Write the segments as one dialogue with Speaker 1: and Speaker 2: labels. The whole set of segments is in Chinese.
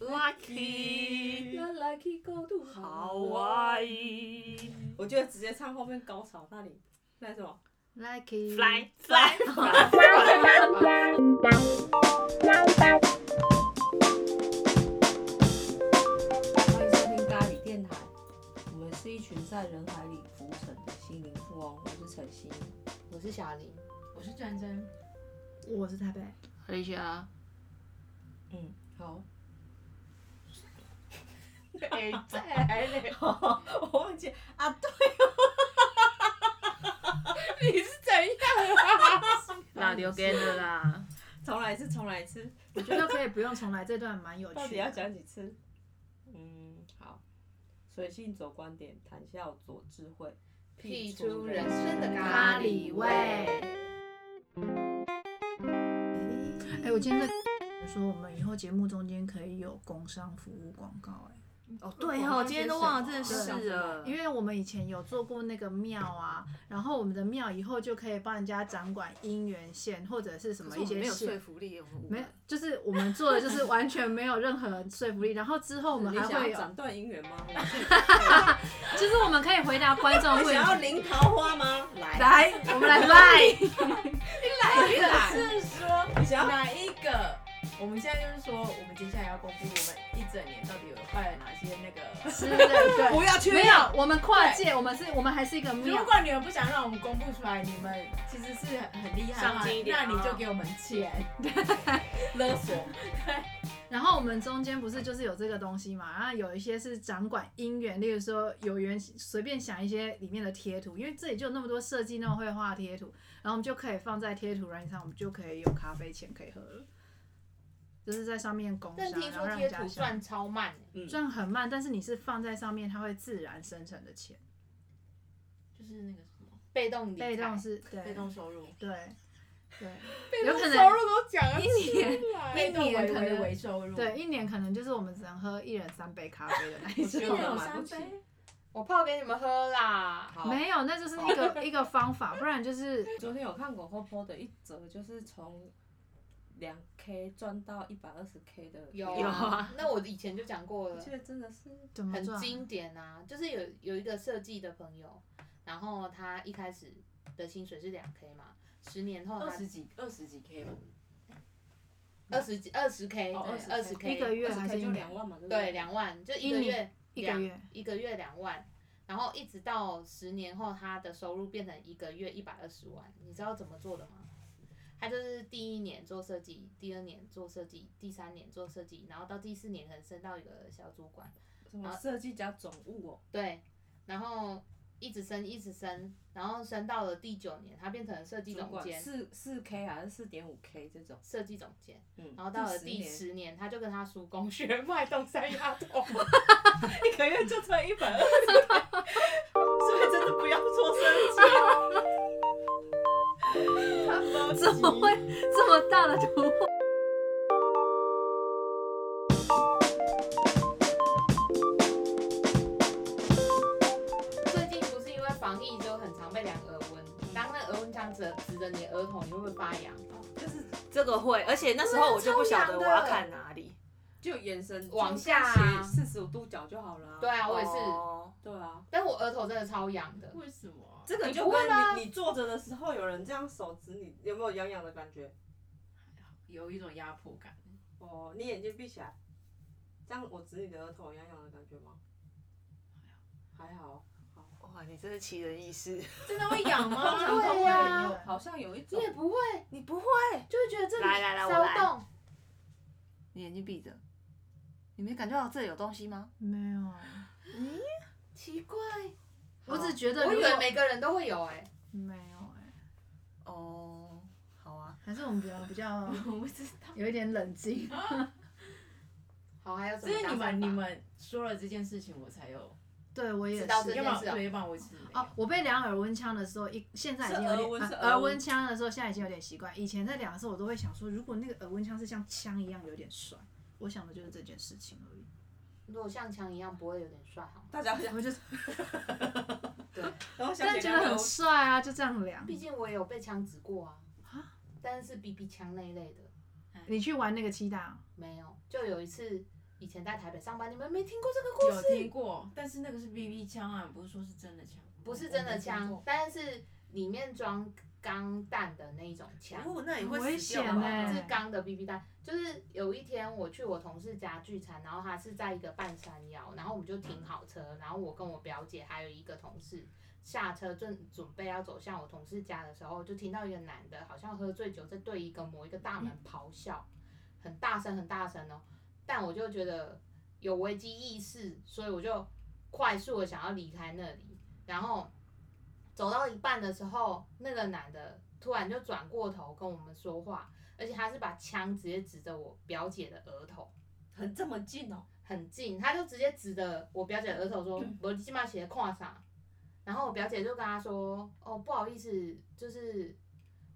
Speaker 1: Lucky
Speaker 2: Lucky
Speaker 1: the lucky go to
Speaker 2: Hawaii
Speaker 1: 我觉得直接唱后面高潮那里，那是什么？
Speaker 3: Lucky
Speaker 2: Fly Fly Fly。
Speaker 1: 欢迎收听咖喱电台，我们是一群在人海里浮沉的心灵富翁。我是晨曦，
Speaker 3: 我是小林，
Speaker 4: 我是珍珍，
Speaker 5: 我是台北，
Speaker 3: 阿丽
Speaker 2: 啊
Speaker 3: 莎，
Speaker 1: 嗯，好，
Speaker 2: 哎，
Speaker 4: 哎，
Speaker 1: 我忘记啊，对，
Speaker 4: 你是怎样？
Speaker 2: 老刘给的啦，
Speaker 1: 重来一次，重来一次，
Speaker 5: 我觉得可以不用重来，这段蛮有
Speaker 1: 到
Speaker 5: 趣
Speaker 1: 底要
Speaker 5: 的。
Speaker 1: 讲几次？嗯，好，随性走观点，谈笑左智慧，
Speaker 4: 辟出人生的
Speaker 5: 咖
Speaker 4: 咖
Speaker 5: 喱
Speaker 4: 喱
Speaker 5: 味。
Speaker 4: 味。
Speaker 5: 哎、我今天在说，我们以后节目中间可以有工商服务广告、
Speaker 2: 哦对哦，今天都忘了这事了
Speaker 5: 哎，，因为我们以前有做过那个庙啊，然后我们的庙以后就可以帮人家掌管姻缘线或者是什么一些
Speaker 2: 没有说
Speaker 5: 线。
Speaker 2: 服力，我们
Speaker 5: 没有，就是我们做的就是完全没有任何说服力，然后之后我们
Speaker 1: 你
Speaker 5: 还
Speaker 1: 想
Speaker 5: 会
Speaker 1: 要
Speaker 5: 有，
Speaker 1: 斩断姻缘 吗？
Speaker 5: 就是我们可以回答观众
Speaker 1: 你
Speaker 5: 问
Speaker 1: 想要
Speaker 5: 题。
Speaker 1: 零桃花吗？来，
Speaker 5: 来，我们来拜。
Speaker 4: 你哪是说
Speaker 1: 你想要
Speaker 4: 哪一个？我们现在就是说，我们接下来要公布我们一整年到底有拜了哪些那个。
Speaker 5: 之类的。
Speaker 1: 不要去
Speaker 5: 没有，我们跨界，我们是，我们还是一个
Speaker 4: 如
Speaker 5: 庙。
Speaker 4: 果你们不想让我们公布出来，你们其实是很很厉害的
Speaker 2: 上
Speaker 4: 话
Speaker 2: 进一，点啊
Speaker 4: 那你就给我们钱。
Speaker 1: 勒索？
Speaker 5: 然后我们中间不是就是有这个东西嘛，然后有一些是掌管姻缘，例如说有缘随便想一些里面的贴图，因为这里就有那么多设计那种绘画贴图，然后我们就可以放在贴图软件上，我们就可以有咖啡钱可以喝了。就是在上面工商，
Speaker 4: 但听
Speaker 5: 然
Speaker 4: 说
Speaker 5: 后让
Speaker 4: 贴
Speaker 5: 人家
Speaker 4: 图
Speaker 5: 想
Speaker 4: 赚超慢，
Speaker 5: 赚很慢，但是你是放在上面，它会自然生成的钱。
Speaker 4: 就是那个什么被动理财
Speaker 5: 被动是对
Speaker 2: 被动收入，
Speaker 5: 对对，
Speaker 4: 被
Speaker 5: 有
Speaker 4: 动
Speaker 5: 可能
Speaker 4: 收入都讲了
Speaker 5: 一年
Speaker 4: 被动
Speaker 5: 一年
Speaker 4: 微
Speaker 5: 可能
Speaker 4: 微微收入。
Speaker 5: 对，一年可能就是我们只能喝一人三杯咖啡的那一
Speaker 1: 我觉
Speaker 5: 种
Speaker 1: 得。
Speaker 4: 有
Speaker 1: 我买不
Speaker 4: 三
Speaker 1: 起。
Speaker 4: 杯，我泡给你们喝啦。
Speaker 1: 好，
Speaker 5: 没有，那就是一个一个方法，不然就是
Speaker 1: 昨天有看狗狗 p 的一则，就是从两 K 赚到一百二十 K 的，
Speaker 4: 有
Speaker 2: 有
Speaker 4: 啊，那我以前就讲过
Speaker 1: 我
Speaker 4: 了
Speaker 1: 觉，得真的是
Speaker 5: 怎么
Speaker 4: 很
Speaker 5: 赚？
Speaker 4: 经典啊，就是有有一个设计的朋友，然后他一开始的薪水是两 k 嘛，十年后
Speaker 2: 二
Speaker 4: 他
Speaker 2: 十几二十几 K 吧，
Speaker 4: 二十几二十 k，
Speaker 1: 哦
Speaker 4: 对二十
Speaker 1: 20K
Speaker 5: 一个
Speaker 4: k，
Speaker 5: 月
Speaker 1: 20
Speaker 5: 还
Speaker 1: K
Speaker 5: 是
Speaker 1: 就两
Speaker 5: 一年？
Speaker 1: 万嘛，对不
Speaker 4: 对，
Speaker 1: 对？
Speaker 4: 两万，就
Speaker 5: 一
Speaker 4: 一个月
Speaker 5: 年一个
Speaker 4: 两
Speaker 5: 月
Speaker 4: 一个月两万。然后一直到十年后，他的收入变成一个月一百二十万，你知道怎么做的吗？他就是第一年做设计，第二年做设计，第三年做设计，然后到第四年可能升到一个小主管，
Speaker 1: 什么设计加总务哦，
Speaker 4: 对，然后一直升，一直升，然后升到了第九年，他变成了设计
Speaker 1: 主
Speaker 4: 总
Speaker 1: 管
Speaker 4: 监，
Speaker 1: 四四 K 还是四点五 K 这种，
Speaker 4: 设计总监，
Speaker 1: 嗯，
Speaker 4: 然后到了
Speaker 1: 第
Speaker 4: 第
Speaker 1: 十年
Speaker 4: 十年，他就跟他叔公 学卖东山鸭头，
Speaker 1: 一个月就赚一百二十所以真的不要做生计。
Speaker 5: 怎么会这么大的突破？
Speaker 4: 最近不是因为防疫就很常被量额温，当那额温枪指指着你的额头，你会不会发痒？
Speaker 1: 就是
Speaker 2: 这个会，而且那时候我就不晓得我要看哪里，
Speaker 1: 就眼神
Speaker 4: 往下啊
Speaker 1: 四十五度角就好了。
Speaker 4: 对啊，我也是，
Speaker 2: 哦
Speaker 1: 对啊，
Speaker 4: 但我额头真的超痒的，
Speaker 6: 为什么啊？
Speaker 1: 这个
Speaker 4: 你
Speaker 1: 就
Speaker 4: 不会
Speaker 1: 跟
Speaker 4: 吗
Speaker 1: 你你坐着的时候有人这样手指你，有没有痒痒的感觉？
Speaker 6: 有一种压迫感，
Speaker 1: 哦，你眼睛闭起来，这样我指你的额头痒痒的感觉吗？还好，
Speaker 2: 哇，你真是奇人异事，
Speaker 6: 真的会痒
Speaker 4: 通常
Speaker 6: 吗？
Speaker 4: 都会 啊
Speaker 1: 好像有一
Speaker 4: 你
Speaker 1: 种
Speaker 4: 也不会，
Speaker 2: 你不会，
Speaker 4: 就会觉得这里
Speaker 2: 来来来我
Speaker 4: 骚
Speaker 2: 来
Speaker 4: 动，
Speaker 2: 你眼睛闭着，你没感觉到这里有东西吗？
Speaker 5: 没有，
Speaker 4: 奇怪，
Speaker 5: 我只觉得
Speaker 4: 我
Speaker 5: 如
Speaker 4: 以
Speaker 5: 果
Speaker 4: 为每个人都会有哎、
Speaker 5: 没有哎，
Speaker 2: 哦，好啊，
Speaker 5: 还是我们比较比较
Speaker 6: 我不知道。
Speaker 5: 有一点冷静。
Speaker 4: 好，还有什
Speaker 6: 只
Speaker 4: 么
Speaker 6: 是
Speaker 4: 搭讪法？
Speaker 6: 你们你们说了这件事情，我才有，
Speaker 5: 对我也
Speaker 4: 知道这
Speaker 5: 是。
Speaker 4: 件
Speaker 6: 要不然
Speaker 4: 事啊
Speaker 6: 对，要不然我其实没有
Speaker 5: 哦，我被量耳温枪的时候，一现在已经有
Speaker 1: 是耳温
Speaker 5: 点
Speaker 1: 是
Speaker 5: 啊
Speaker 1: 耳温
Speaker 5: 耳温枪的时候，现在已经有点习惯。以前在量的时候，我都会想说，如果那个耳温枪是像枪一样有点帅，我想的就是这件事情而已。
Speaker 4: 如果像枪一样，不会有点帅好吗？
Speaker 1: 大家想，
Speaker 5: 我就
Speaker 1: 然后想
Speaker 5: 但
Speaker 1: 起来
Speaker 5: 觉得
Speaker 1: 刚
Speaker 5: 很
Speaker 1: 刚
Speaker 5: 帅啊，就这样量。
Speaker 4: 毕竟我也有被枪指过啊
Speaker 5: 啊，
Speaker 4: 但是 BB 枪那一类的，
Speaker 6: 哎
Speaker 5: 你去玩那个七大，
Speaker 4: 没有，就有一次以前在台北上班，你们没听过这个故
Speaker 6: 有
Speaker 4: 事？
Speaker 6: 听过，但是那个是 BB 枪啊，不是说是真的枪，
Speaker 4: 不是真的枪，但是里面装钢弹的那一种枪。
Speaker 6: 哦，那也
Speaker 5: 很危
Speaker 6: 会死掉
Speaker 5: 险
Speaker 6: 吧
Speaker 5: 欸
Speaker 4: 是
Speaker 1: 嗯
Speaker 4: 钢的 BB 弹，就是有一天我去我同事家聚餐，然后他是在一个半山腰，然后我们就停好车，然后我跟我表姐还有一个同事下车正准备要走向我同事家的时候，就听到一个男的好像喝醉酒在对一个某一个大门咆哮，很大声很大声哦，但我就觉得有危机意识，所以我就快速的想要离开那里，然后走到一半的时候，那个男的突然就转过头跟我们说话，而且他是把枪直接指着我表姐的额头，
Speaker 1: 很这么近 哦，
Speaker 4: 很近，他就直接指着我表姐的额头说：“我今晚写看啥？”然后我表姐就跟他说：“哦，不好意思，就是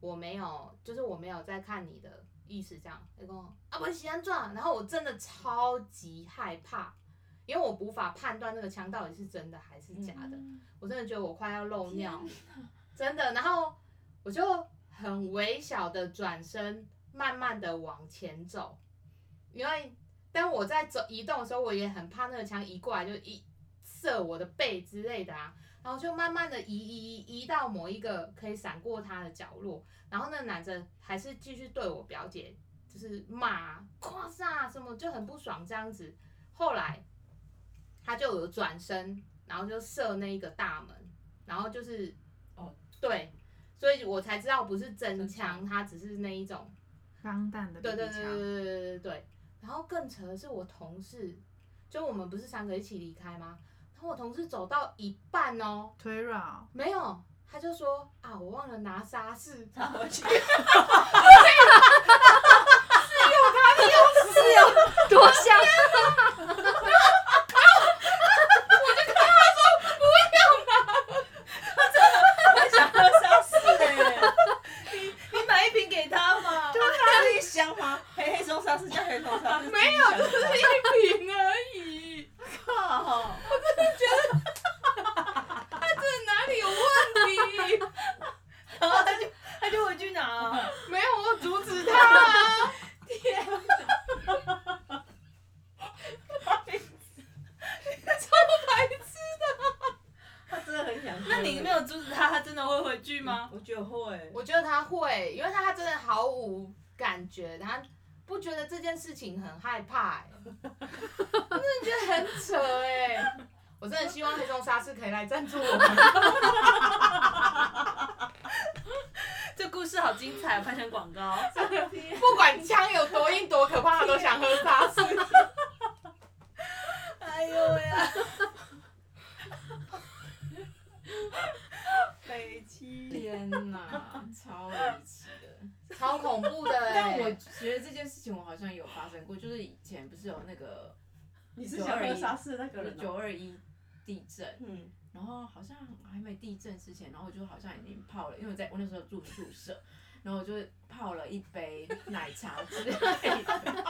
Speaker 4: 我没有，就是我没有在看你的意思，这样。”他跟我啊，我喜欢撞，然后我真的超级害怕，因为我无法判断那个枪到底是真的还是假的，我真的觉得我快要漏尿，真的。然后我就很微小的转身，慢慢的往前走，因为但我在走移动的时候，我也很怕那个枪移过来就一射我的背之类的啊。然后就慢慢的移移移移到某一个可以闪过他的角落，然后那个男生还是继续对我表姐就是骂、啊夸啥什么，就很不爽这样子。后来他就有转身，然后就射那一个大门，然后就是
Speaker 1: 哦
Speaker 4: 对，所以我才知道不是真
Speaker 1: 真
Speaker 4: 枪，
Speaker 1: 枪
Speaker 4: 他只是那一种
Speaker 5: 钢弹的 BB
Speaker 4: 对对对对
Speaker 5: 枪，
Speaker 4: 对对对对。然后更扯的是，我同事，就我们不是三个一起离开吗？然后我同事走到一半哦，
Speaker 5: 推绕，
Speaker 4: 没有，他就说啊，我忘了拿沙士，
Speaker 1: 他回去
Speaker 3: 多香！
Speaker 1: 想喝沙士哎，你你买一瓶给他嘛，对啊，一箱吗？ 黑黑松沙士加黑松沙士，没有，就是
Speaker 4: 一瓶而已，
Speaker 1: 靠，
Speaker 4: 哪里有问题？
Speaker 1: 然后他就他就回去拿，
Speaker 4: 没有，我阻止他、啊。
Speaker 1: 他真的很想喝。
Speaker 6: 那你没有阻止他，他真的会回去吗？
Speaker 1: 我觉得会，
Speaker 4: 我觉得他会，因为他真的毫无感觉，他不觉得这件事情很害怕、欸，我真的觉得很扯哎、我真的希望黑松沙士可以来赞助我们。
Speaker 6: 这故事好精彩，拍成广告。
Speaker 4: 不管枪有多硬多可怕，我都想喝沙士。
Speaker 6: 哎呦
Speaker 1: 啊
Speaker 6: 呀！北七，天哪， 超离奇的。
Speaker 4: 超恐怖的、欸。
Speaker 6: 但我觉得这件事情我好像有发生过，就是以前不是有那个
Speaker 1: 你是想喝沙士的那个人
Speaker 6: 九
Speaker 1: 哦，
Speaker 6: 二一地震，
Speaker 1: 嗯，
Speaker 6: 然后好像还没地震之前，然后我就好像已经泡了，因为我在我那时候住宿舍，然后我就泡了一杯奶茶之类 的。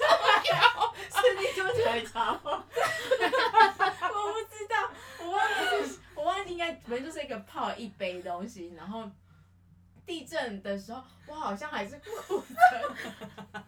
Speaker 1: 是你就奶茶吗？
Speaker 6: 我不知道，我忘记 是，我忘记应该反正就是一个泡一杯东西，然后地震的时候，我好像还是握着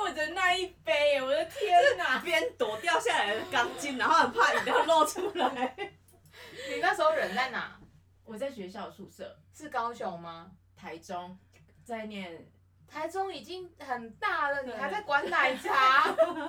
Speaker 6: 握着那一杯，我的天哪！
Speaker 1: 边躲掉下来的钢筋，然后很怕饮料漏出来。
Speaker 4: 你那时候人在哪？
Speaker 6: 我在学校宿舍，
Speaker 4: 是高雄吗？
Speaker 6: 台中，在念
Speaker 4: 台中已经很大了，你
Speaker 6: 对
Speaker 4: 还在管奶茶， 都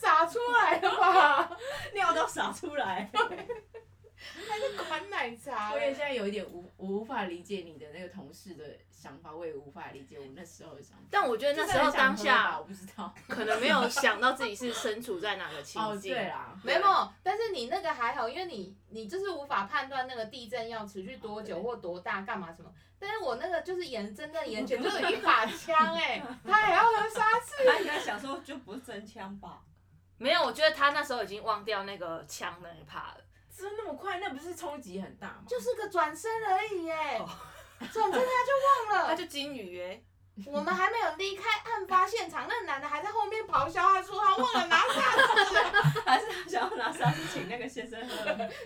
Speaker 4: 洒出来了吧？
Speaker 1: 尿都洒出来，
Speaker 4: 还在管奶茶
Speaker 6: 我也
Speaker 4: 欸、
Speaker 6: 现在有一点无，我无法理解你的那个同事的想法，我也无法理解我那时候的想法。
Speaker 3: 但我觉得那时候当
Speaker 6: 就是很想喝吧
Speaker 3: 下
Speaker 6: 我不知道。
Speaker 3: 可能没有想到自己是身处在哪个情
Speaker 6: 哦，
Speaker 3: 境。
Speaker 6: 对啦，
Speaker 4: 没有，但是你那个还好，因为你你就是无法判断那个地震要持续多
Speaker 3: 哦
Speaker 4: 久
Speaker 6: 对
Speaker 4: 或多大，干嘛什么。但是我那个就是眼真正眼前就是一把枪 哎、他还要喝沙士，
Speaker 1: 他应该想说就不是真枪吧？
Speaker 3: 没有，我觉得他那时候已经忘掉那个枪那一趴了。
Speaker 6: 真那么快，那不是冲击很大吗？
Speaker 4: 就是个转身而已哎、
Speaker 3: 哦
Speaker 4: 转身他就忘了，
Speaker 3: 他就金鱼哎、
Speaker 4: 我们还没有离开案发现场，那男的还在后面咆哮，他说他忘了拿下，
Speaker 1: 还是他想要拿沙士请那个先生喝？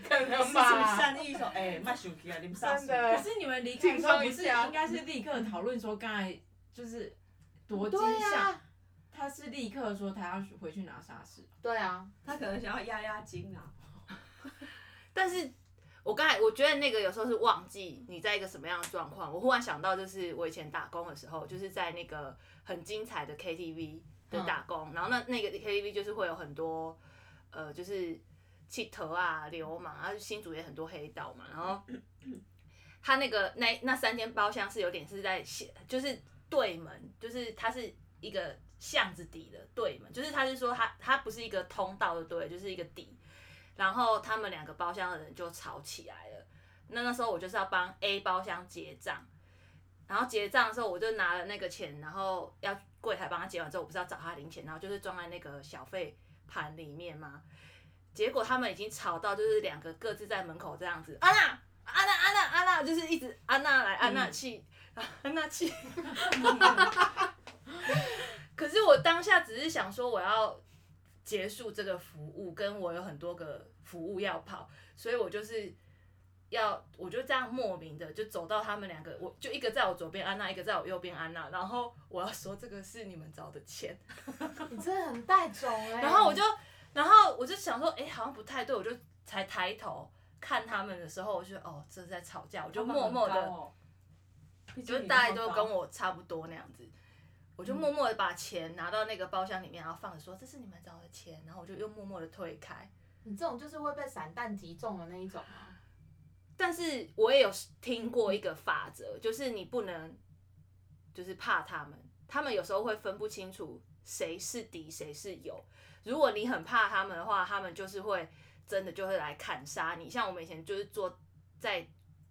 Speaker 4: 可
Speaker 1: 是不是？善意说，哎，卖手机啊，你们沙士
Speaker 4: 真。的
Speaker 6: 可是你们离开的时候不是应该是立刻讨论说刚才就是多惊
Speaker 4: 对
Speaker 6: 吓？
Speaker 3: 啊
Speaker 4: 呀、
Speaker 6: 他是立刻说他要回去拿沙士，
Speaker 4: 对啊，
Speaker 1: 他可能想要压压惊啊。
Speaker 3: 但是我刚才我觉得那个有时候是忘记你在一个什么样的状况。我忽然想到，就是我以前打工的时候，就是在那个很精彩的 KTV
Speaker 4: 啊嗯
Speaker 3: 的打工，然后那那个 KTV 就是会有很多呃，就是气头啊、流氓啊，新竹也很多黑道嘛，然后。他那个那那三间包厢是有点是在写，就是对门，就是它是一个巷子底的对门，就是他是说他他不是一个通道的对，就是一个底，然后他们两个包厢的人就吵起来了。那那时候我就是要帮 A 包厢结账，然后结账的时候我就拿了那个钱，然后要柜台帮他结完之后，我不是要找他零钱，然后就是装在那个小费盘里面嘛。结果他们已经吵到就是两个各自在门口这样子，安娜安娜安娜安娜，就是一直安娜来安娜去，安娜去。 可是我当下只是想说我要结束这个服务，跟我有很多个服务要跑，所以我就是要，我就这样莫名的就走到他们两个，我就一个在我左边安娜，一个在我右边安娜，然后我要说这个是你们找的钱，
Speaker 4: 你真的很带种哎、
Speaker 3: 然后我就，然后我就想说，哎、好像不太对，我就才抬头看他们的时候，我就哦，这是在吵架，我就默默的。
Speaker 1: 哦
Speaker 3: 就大概都跟我差不多那样子。我就默默的把钱拿到那个包厢里面，然后放着说这是你们找的钱，然后我就又默默的推开。
Speaker 4: 你这种就是会被散弹击中的那一种啊。
Speaker 3: 但是我也有听过一个法则，就是你不能就是怕他们，他们有时候会分不清楚谁是敌谁是友。如果你很怕他们的话，他们就是会真的就会来砍杀你。像我们以前就是做在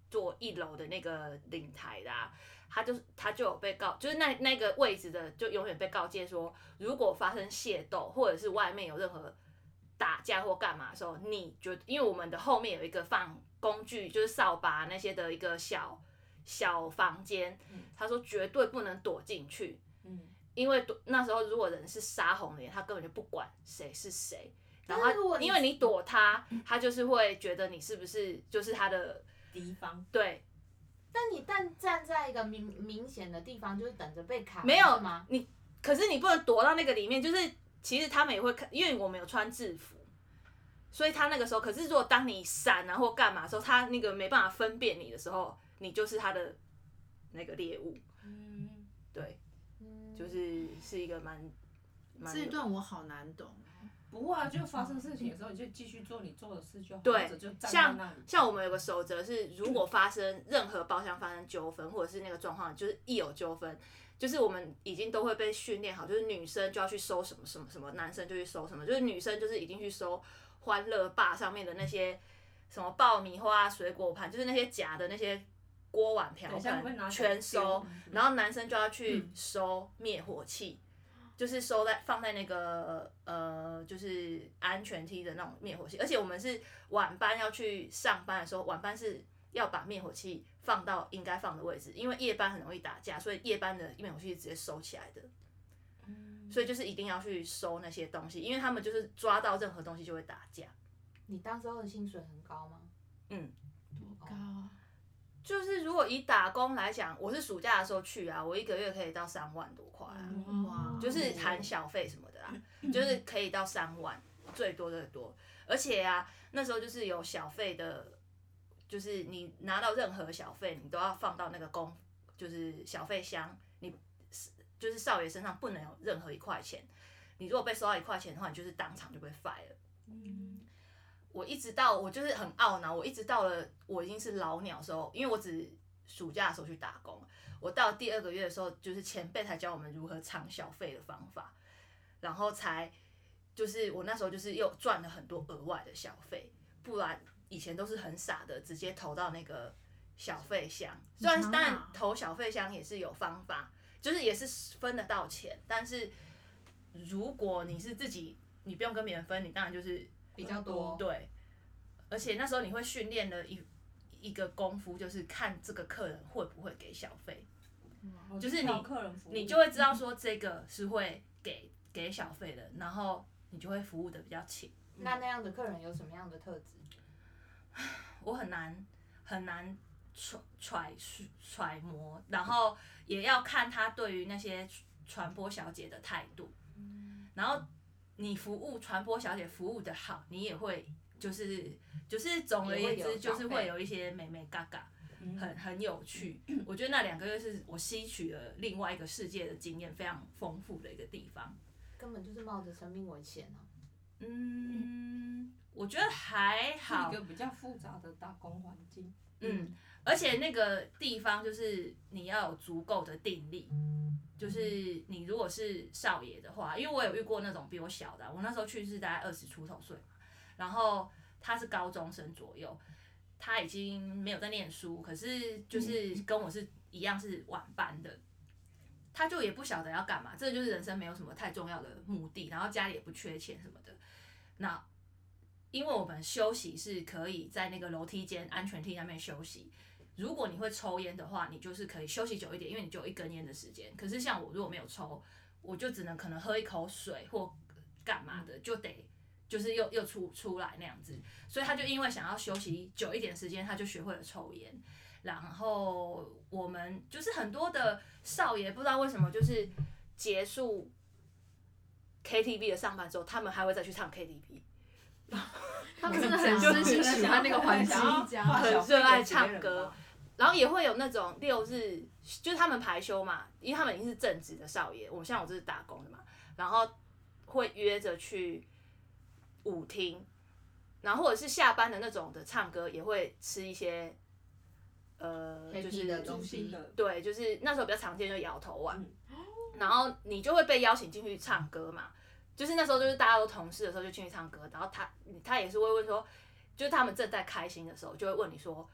Speaker 3: 做一楼的那个领台的、啊，他就他就有被告，就是那那个位置的就永远被告诫说，如果发生械斗或者是外面有任何打架或干嘛的时候，你就因为我们的后面有一个放工具，就是扫把那些的一个小小房间，
Speaker 4: 嗯
Speaker 3: 他说绝对不能躲进去，
Speaker 1: 嗯，
Speaker 3: 因为躲那时候如果人是杀红了眼，他根本就不管谁是谁。然后
Speaker 4: 但是如果
Speaker 3: 他，
Speaker 4: 你
Speaker 3: 因为你躲他，他就是会觉得你是不是就是他的
Speaker 1: 敌方
Speaker 3: 对，
Speaker 4: 但你但站在一个明明显的地方，就是等着被砍，
Speaker 3: 没有
Speaker 4: 是吗？
Speaker 3: 你，可是你不能躲到那个里面，就是其实他们也会看，因为我们有穿制服，所以他那个时候，可是如果当你闪啊或干嘛的时候，他那个没办法分辨你的时候，你就是他的那个猎物，
Speaker 1: 嗯，
Speaker 3: 对，
Speaker 4: 嗯
Speaker 3: 就是是一个蛮蛮
Speaker 5: 这一段我好难懂哦。
Speaker 1: 不会啊，就发生事情的时候，你就继续做你做的事就好，
Speaker 3: 对
Speaker 1: 或者就站在
Speaker 3: 像
Speaker 1: 那里。
Speaker 3: 像我们有个守则是，如果发生任何包厢发生纠纷，或者是那个状况，就是一有纠纷，就是我们已经都会被训练好，就是女生就要去收什么什么什么，男生就去收什么，就是女生就是已经去收欢乐坝上面的那些什么爆米花、啊水果盘，就是那些假的那些锅碗瓢
Speaker 1: 等一下会不会拿
Speaker 3: 盆
Speaker 1: 起来
Speaker 3: 全收
Speaker 1: 丢，嗯
Speaker 3: 然后男生就要去收灭火器。就是收在放在那个呃，就是安全梯的那种灭火器，而且我们是晚班要去上班的时候，晚班是要把灭火器放到应该放的位置，因为夜班很容易打架，所以夜班的灭火器是直接收起来的。所以就是一定要去收那些东西，因为他们就是抓到任何东西就会打架。
Speaker 4: 你当时候的薪水很高吗？
Speaker 5: 多高啊？
Speaker 3: 就是如果以打工来讲，我是暑假的时候去啊，我一个月可以到三万多块啊，
Speaker 6: 嗯哦
Speaker 5: 哇，
Speaker 3: 就是含小费什么的啦，就是可以到三万，最多最多。而且啊，那时候就是有小费的，就是你拿到任何小费，你都要放到那个公，就是小费箱，你就是少爷身上不能有任何一块钱。你如果被收到一块钱的话，你就是当场就被 fire 了。我一直到我就是很懊恼，我一直到了我已经是老鸟的时候，因为我只暑假的时候去打工，我到第二个月的时候，就是前辈才教我们如何藏小费的方法，然后才就是我那时候就是又赚了很多额外的小费，不然以前都是很傻的，直接投到那个小费箱。虽然
Speaker 5: 你藏
Speaker 3: 当
Speaker 5: 哪
Speaker 3: 然投小费箱也是有方法，就是也是分得到钱，但是如果你是自己，你不用跟别人分，你当然就是
Speaker 4: 比较多，
Speaker 3: 对，而且那时候你会训练了一一个功夫，就是看这个客人会不会给小费。就是你
Speaker 1: 跳客人服务
Speaker 3: 你就会知道说这个是会给给小费的，然后你就会服务的比较勤。
Speaker 4: 那那样的客人有什么样的特质？
Speaker 3: 我很难很难揣揣揣摩，然后也要看他对于那些传播小姐的态度。然后你服务传播小姐服务的好，你也会就是就是总而言
Speaker 4: 也会有
Speaker 3: 之就是
Speaker 4: 小费
Speaker 3: 会有一些美美嘎嘎。
Speaker 1: 嗯
Speaker 3: 很很有趣，我觉得那两个月是我吸取了另外一个世界的经验，非常丰富的一个地方。
Speaker 4: 根本就是冒着生命危险啊！
Speaker 3: 嗯，我觉得还
Speaker 1: 是
Speaker 3: 好
Speaker 1: 一，个比较复杂的打工环 境。
Speaker 3: 嗯，而且那个地方就是你要有足够的定力，就是你如果是少爷的话，因为我有遇过那种比我小的啊，我那时候去是大概二十出头岁嘛，然后他是高中生左右，他已经没有在念书，可是就是跟我是一样是晚班的。他就也不晓得要干嘛，这就是人生没有什么太重要的目的，然后家里也不缺钱什么的。那因为我们休息是可以在那个楼梯间安全梯那边休息。如果你会抽烟的话，你就是可以休息久一点，因为你只有一根烟的时间。可是像我如果没有抽，我就只能可能喝一口水或干嘛的，就得就是又又出出来那样子。所以他就因为想要休息久一点时间，他就学会了抽烟。然后我们就是很多的少爷，不知道为什么就是结束 KTV 的上班之后，他们还会再去唱 KTV。
Speaker 5: 他们真 的很真心喜欢那个环境，
Speaker 3: 很热爱唱歌，然后也会有那种六日，就是他们排休嘛，因为他们已经是正职的少爷，我像我这是打工的嘛，然后会约着去舞厅，然后或者是下班的那种的唱歌，也会吃一些，呃，就
Speaker 4: Happy 的
Speaker 3: 是
Speaker 4: 东
Speaker 1: 中
Speaker 4: 西
Speaker 1: 性的
Speaker 3: 对，就是那时候比较常见就是摇头丸，哦
Speaker 1: 嗯
Speaker 3: 然后你就会被邀请进去唱歌嘛。就是那时候就是大家都同事的时候就进去唱歌，然后他他也是会问说，就是他们正在开心的时候就会问你说，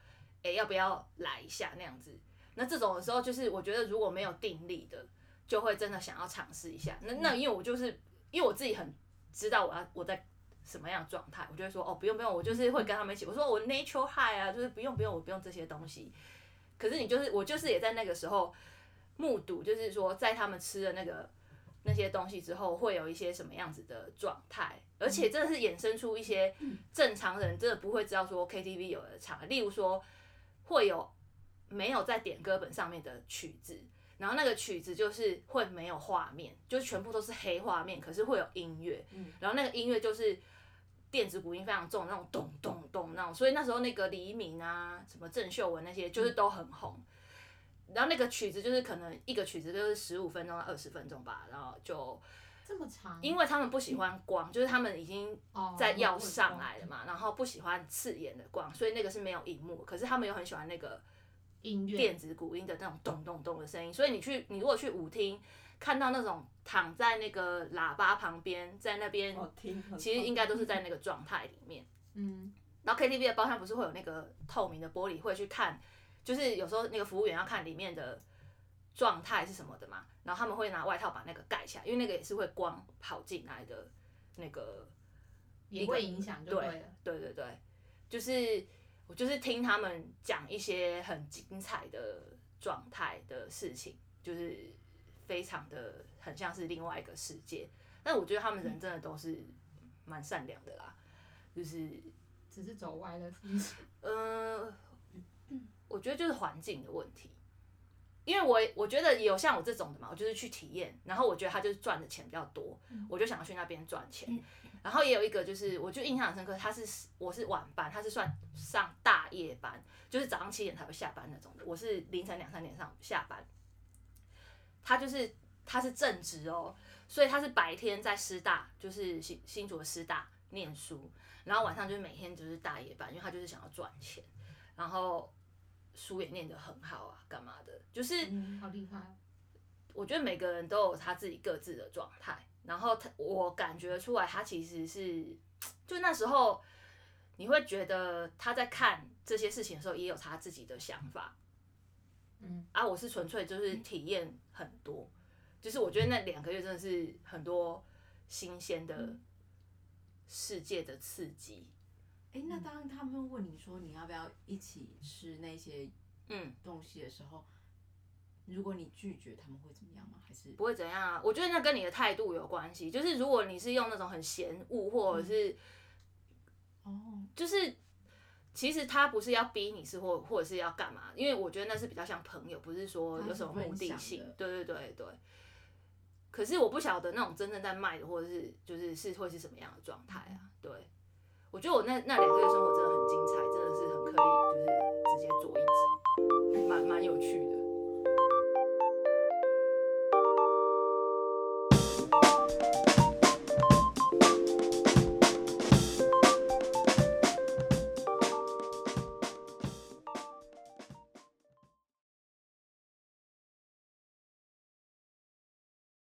Speaker 3: 哎、要不要来一下那样子。那这种的时候就是我觉得如果没有定力的，就会真的想要尝试一下。那那因为我就是因为我自己很知道我要我在。什么样的状态，我就会说哦，不用不用，我就是会跟他们一起。我说我 nature high 啊，就是不用不用，我不用这些东西。可是你就是我就是也在那个时候目睹，就是说在他们吃了那个那些东西之后，会有一些什么样子的状态，而且真的是衍生出一些正常人真的不会知道说 KTV 有的场，例如说会有没有在点歌本上面的曲子。然后那个曲子就是会没有画面，就是全部都是黑画面，可是会有音乐，然后那个音乐就是电子鼓音非常重，那种咚咚咚那种，所以那时候那个黎明啊，什么郑秀文那些，就是都很红。然后那个曲子就是可能一个曲子就是十五分钟到二十分钟吧，然后就
Speaker 4: 这么长，
Speaker 3: 因为他们不喜欢光，就是他们已经
Speaker 4: 哦
Speaker 3: 在要上来了嘛，然后不喜欢刺眼的光，所以那个是没有荧幕，可是他们又很喜欢那个
Speaker 4: 音乐
Speaker 3: 电子鼓音的那种咚咚咚的声音，所以你去你如果去舞厅看到那种躺在那个喇叭旁边，在那边
Speaker 1: 我哦听很
Speaker 3: 其实应该都是在那个状态里面。
Speaker 4: 嗯，
Speaker 3: 然后 KTV 的包厢不是会有那个透明的玻璃，会去看，就是有时候那个服务员要看里面的状态是什么的嘛，然后他们会拿外套把那个盖起来，因为那个也是会光跑进来的那个，
Speaker 4: 也会影响，就对了。
Speaker 3: 对对对，就是我就是听他们讲一些很精彩的状态的事情，就是非常的很像是另外一个世界，但我觉得他们人真的都是蛮善良的啦，就是。
Speaker 4: 只是走歪了。
Speaker 3: 嗯，我觉得就是环境的问题，因为我我觉得也有像我这种的嘛，我就是去体验，然后我觉得他就是赚的钱比较多，我就想要去那边赚钱。然后也有一个就是，我就印象很深刻，他是我是晚班，他是算上大夜班，就是早上七点才会下班那种的，我是凌晨两三点上下班。他就是他是正职哦，所以他是白天在师大，就是新新竹的师大念书，然后晚上就是每天就是大夜班，因为他就是想要赚钱，然后书也念得很好啊，干嘛的？就是
Speaker 4: 好厉害哦！
Speaker 3: 我觉得每个人都有他自己各自的状态，然后他我感觉出来，他其实是就那时候你会觉得他在看这些事情的时候，也有他自己的想法，
Speaker 4: 嗯，
Speaker 3: 啊，我是纯粹就是体验很多，就是我觉得那两个月真的是很多新鲜的世界的刺激，
Speaker 6: 哎，那当他们问你说你要不要一起吃那些
Speaker 3: 嗯。
Speaker 6: 东西的时候，如果你拒绝，他们会怎么样吗？还是
Speaker 3: 不会怎样啊。我觉得那跟你的态度有关系，就是如果你是用那种很嫌恶，或者
Speaker 6: 嗯
Speaker 3: 是、
Speaker 5: 哦，
Speaker 3: 就是其实他不是要逼你是或或者是要干嘛，因为我觉得那是比较像朋友，不是说有什么目的
Speaker 6: 他是分
Speaker 3: 性
Speaker 6: 享的。
Speaker 3: 对对对对。可是我不晓得那种真正在卖的，或者是就是是会是什么样的状态啊？对，我觉得我那那两个月生活真的很精彩。